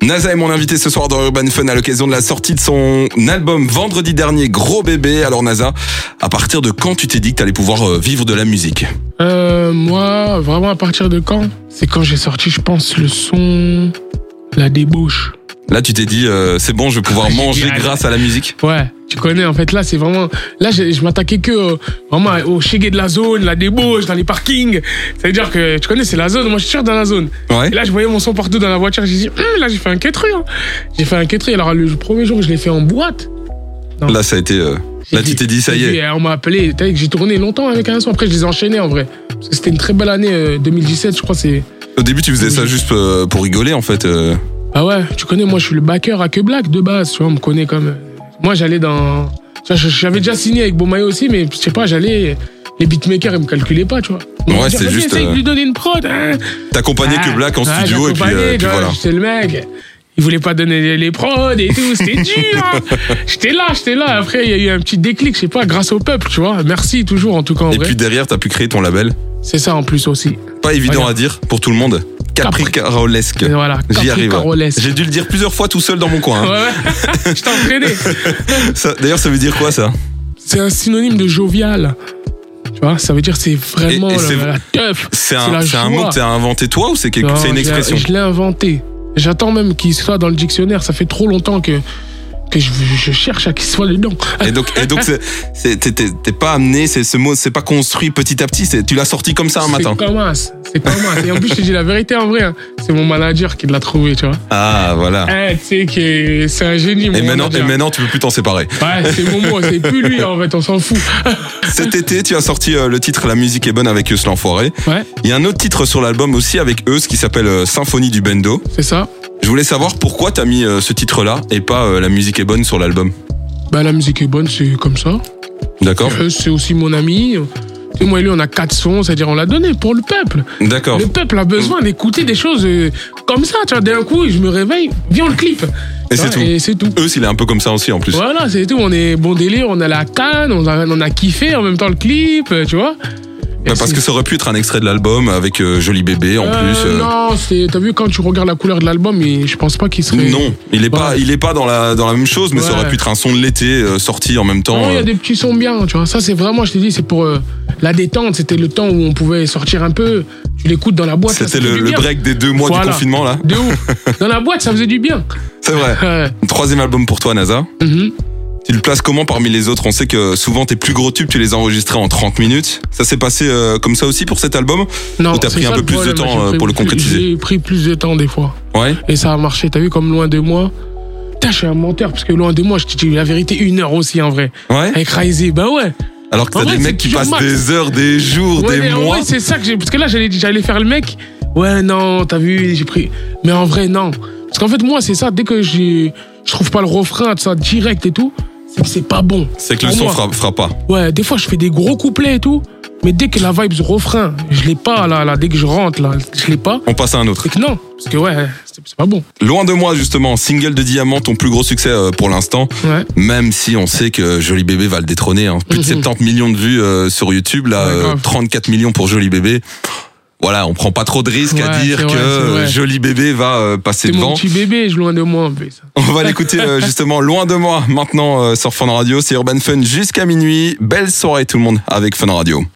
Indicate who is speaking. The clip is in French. Speaker 1: NASA est mon invité ce soir dans Urban Fun à l'occasion de la sortie de son album vendredi dernier, Gros Bébé. Alors NASA, à partir de quand tu t'es dit que t'allais pouvoir euh, vivre de la musique
Speaker 2: Euh, moi, vraiment, à partir de quand C'est quand j'ai sorti, je pense, le son, la débauche.
Speaker 1: Là, tu t'es dit, euh, c'est bon, je vais pouvoir
Speaker 2: J'ai dit,
Speaker 1: manger
Speaker 2: allez.
Speaker 1: grâce à la musique.
Speaker 2: Ouais, tu connais, en fait, là, c'est vraiment. Là, je, je m'attaquais que euh, vraiment au chégué de la zone, la débauche, dans les parkings. C'est-à-dire que, tu connais, c'est la zone, moi, je suis sûr dans la zone.
Speaker 1: Ouais.
Speaker 2: Et là, je voyais mon son partout dans la voiture, j'ai dit, Hum, là, j'ai fait un quêtru. hein. J'ai fait un quêtru. Alors, le premier jour, je l'ai fait en boîte. non.
Speaker 1: Là, ça a été. euh,
Speaker 2: J'ai
Speaker 1: Là, tu t'es dit, ça y
Speaker 2: j'ai
Speaker 1: est.
Speaker 2: dit, euh, On m'a appelé, t'as vu que j'ai tourné longtemps avec un son, après, je les ai enchaînés, en vrai. Parce que c'était une très belle année, euh, 2017, je crois, c'est.
Speaker 1: Au début, tu faisais ça juste euh, pour rigoler, en fait. euh.
Speaker 2: Ah ouais, tu connais, moi je suis le backer à que Black de base, tu vois, on me connaît comme. Moi j'allais dans. tu vois, je- J'avais déjà signé avec Bomayo aussi, mais je sais pas, j'allais. Les beatmakers ils me calculaient pas, tu vois. Ils me
Speaker 1: Ouais,
Speaker 2: disaient,
Speaker 1: c'est
Speaker 2: vas-y,
Speaker 1: juste,
Speaker 2: essaye de
Speaker 1: euh,
Speaker 2: lui donner une prod, hein.
Speaker 1: T'accompagnais
Speaker 2: Ah,
Speaker 1: que Black en
Speaker 2: ouais,
Speaker 1: studio, et puis,
Speaker 2: j'accompagnais,
Speaker 1: euh, puis
Speaker 2: tu vois,
Speaker 1: voilà.
Speaker 2: J'étais le mec. Il voulait pas donner les- les prods et tout, c'était dur. hein. J'étais là, j'étais là. Après, il y a eu un petit déclic, je sais pas, grâce au peuple, tu vois. Merci toujours, en tout cas, en
Speaker 1: Et
Speaker 2: vrai.
Speaker 1: puis derrière, t'as pu créer ton label.
Speaker 2: C'est ça en plus aussi.
Speaker 1: Pas évident
Speaker 2: Regarde.
Speaker 1: à dire pour tout le monde.
Speaker 2: Capri-
Speaker 1: Capricarolesque.
Speaker 2: Et voilà,
Speaker 1: J'y
Speaker 2: Capri
Speaker 1: arrive. hein.
Speaker 2: Carolesque.
Speaker 1: J'ai dû le dire plusieurs fois tout seul dans mon coin. hein.
Speaker 2: Ouais, ouais. je t'ai entraîné.
Speaker 1: Ça- D'ailleurs, ça veut dire quoi ça
Speaker 2: c'est un synonyme de jovial. Tu vois, ça veut dire c'est vraiment
Speaker 1: Et- et
Speaker 2: la-
Speaker 1: c'est-
Speaker 2: la teuf.
Speaker 1: C'est
Speaker 2: C'est
Speaker 1: un,
Speaker 2: la
Speaker 1: c'est un mot
Speaker 2: joie.
Speaker 1: que t'as inventé toi ou c'est quelque-
Speaker 2: Non,
Speaker 1: c'est une
Speaker 2: je l'ai-
Speaker 1: expression
Speaker 2: Je l'ai inventé. J'attends même qu'il soit dans le dictionnaire. Ça fait trop longtemps que, que je, je cherche à qu'il soit dedans.
Speaker 1: Et donc, et donc, c'est- c'est- t'es- t'es t'es pas amené, c'est ce mot, c'est pas construit petit à petit. c'est- Tu l'as sorti comme ça un matin.
Speaker 2: C'est comme as. C'est comme as. Et en plus, je te dis la vérité en vrai. hein. C'est mon manager qui l'a trouvé, tu vois.
Speaker 1: Ah voilà.
Speaker 2: Eh, tu sais que c'est un génie, mon
Speaker 1: Et maintenant, et
Speaker 2: manager.
Speaker 1: maintenant, tu peux plus t'en séparer.
Speaker 2: Ouais, c'est mon mot. C'est plus lui, en fait. On s'en fout.
Speaker 1: Cet été, tu as sorti euh, le titre La musique est bonne avec eux, l'enfoiré.
Speaker 2: Ouais,
Speaker 1: Il y a un autre titre sur l'album aussi avec eux, ce qui s'appelle euh, Symphonie du Bendo.
Speaker 2: c'est ça.
Speaker 1: Je voulais savoir pourquoi t'as mis euh, ce titre-là et pas euh, La musique est bonne sur l'album.
Speaker 2: Bah, la musique est bonne, c'est comme ça.
Speaker 1: D'accord
Speaker 2: Euh, C'est aussi mon ami. Tu sais, moi et lui, on a quatre sons, c'est-à-dire on l'a donné pour le peuple.
Speaker 1: D'accord. Mm.
Speaker 2: Le peuple a besoin d'écouter des choses euh, comme ça. Tu vois, d'un coup, je me réveille, viens on le clip.
Speaker 1: Et c'est
Speaker 2: Ouais,
Speaker 1: tout.
Speaker 2: Et c'est tout.
Speaker 1: Eux, il est un peu comme ça aussi en plus.
Speaker 2: Voilà, c'est tout. On est bon délire, on a la canne, on a, on a kiffé en même temps le clip, euh, tu vois.
Speaker 1: Bah,
Speaker 2: Et
Speaker 1: parce
Speaker 2: c'est-
Speaker 1: que ça aurait pu être un extrait de l'album avec euh, Joli Bébé en
Speaker 2: Euh,
Speaker 1: plus. euh.
Speaker 2: Non, c'est- t'as vu quand tu regardes la couleur de l'album, et je pense pas qu'il serait.
Speaker 1: Non, il est pas,
Speaker 2: Ouais.
Speaker 1: il est pas dans la dans la même chose, mais ça
Speaker 2: Ouais.
Speaker 1: aurait pu être un son de l'été euh, sorti en même temps.
Speaker 2: Non, Ah, il y
Speaker 1: euh.
Speaker 2: a des petits sons bien, tu vois. Ça, c'est vraiment, je t'ai dit, c'est pour euh, la détente. C'était le temps où on pouvait sortir un peu. Tu l'écoutes dans la boîte. ça,
Speaker 1: C'était
Speaker 2: ça fait
Speaker 1: le,
Speaker 2: du
Speaker 1: le
Speaker 2: bien.
Speaker 1: break des deux mois du
Speaker 2: Voilà.
Speaker 1: confinement là.
Speaker 2: De ouf. Dans la boîte, ça faisait du bien.
Speaker 1: C'est vrai.
Speaker 2: Ouais.
Speaker 1: Troisième album pour toi, NASA.
Speaker 2: Mhm.
Speaker 1: Tu le places comment parmi les autres On sait que souvent tes plus gros tubes, tu les as enregistrés en 30 minutes. Ça s'est passé euh, comme ça aussi pour cet album
Speaker 2: Non,
Speaker 1: Ou t'as
Speaker 2: c'est
Speaker 1: pris un
Speaker 2: ça
Speaker 1: peu
Speaker 2: le
Speaker 1: plus de
Speaker 2: problème,
Speaker 1: temps,
Speaker 2: j'ai
Speaker 1: euh,
Speaker 2: pris
Speaker 1: pour le
Speaker 2: plus-
Speaker 1: concrétiser
Speaker 2: J'ai pris plus de temps des fois.
Speaker 1: Ouais.
Speaker 2: Et ça a marché. T'as vu comme loin de moi Putain, je suis un menteur parce que loin de moi, je te dis la vérité, une heure aussi en vrai.
Speaker 1: Ouais.
Speaker 2: Avec Raizé, bah ouais.
Speaker 1: Alors que
Speaker 2: En
Speaker 1: t'as des
Speaker 2: vrai,
Speaker 1: mecs
Speaker 2: c'est
Speaker 1: qui
Speaker 2: toujours
Speaker 1: passent
Speaker 2: max.
Speaker 1: des heures, des jours,
Speaker 2: Ouais,
Speaker 1: des
Speaker 2: mais en
Speaker 1: mois.
Speaker 2: vrai, c'est ça que j'ai. Parce que là, j'allais j'allais faire le mec. Ouais, non, t'as vu, j'ai pris. Mais en vrai, non. Parce qu'en fait, moi, c'est ça. Dès que j'ai- je trouve pas le refrain, tout ça, direct et tout, c'est que c'est pas bon.
Speaker 1: C'est que le
Speaker 2: Pour
Speaker 1: son
Speaker 2: moi.
Speaker 1: fera, fera pas.
Speaker 2: Ouais, des fois je fais des gros couplets et tout, mais dès que la vibe se refrain, je l'ai pas là, là, dès que je rentre là, je l'ai pas.
Speaker 1: On passe à un autre.
Speaker 2: C'est que non, parce que ouais, c'est c'est pas bon.
Speaker 1: Loin de moi justement, single de Diamant, ton plus gros succès euh, pour l'instant.
Speaker 2: Ouais.
Speaker 1: Même si on sait que Joli Bébé va le détrôner. hein. Plus de
Speaker 2: Mhm.
Speaker 1: 70 millions de vues euh, sur YouTube, là,
Speaker 2: Ouais,
Speaker 1: euh,
Speaker 2: grave.
Speaker 1: 34 millions pour Joli Bébé. Voilà, on prend pas trop de risques à
Speaker 2: Ouais,
Speaker 1: dire
Speaker 2: c'est
Speaker 1: que
Speaker 2: vrai, c'est vrai.
Speaker 1: euh, Joli Bébé va euh, passer
Speaker 2: C'est mon
Speaker 1: devant.
Speaker 2: petit bébé, je loin de moi. mais ça-
Speaker 1: On va l'écouter euh, justement loin de moi maintenant euh, sur Fun Radio. C'est Urban Fun jusqu'à minuit. Belle soirée tout le monde avec Fun Radio.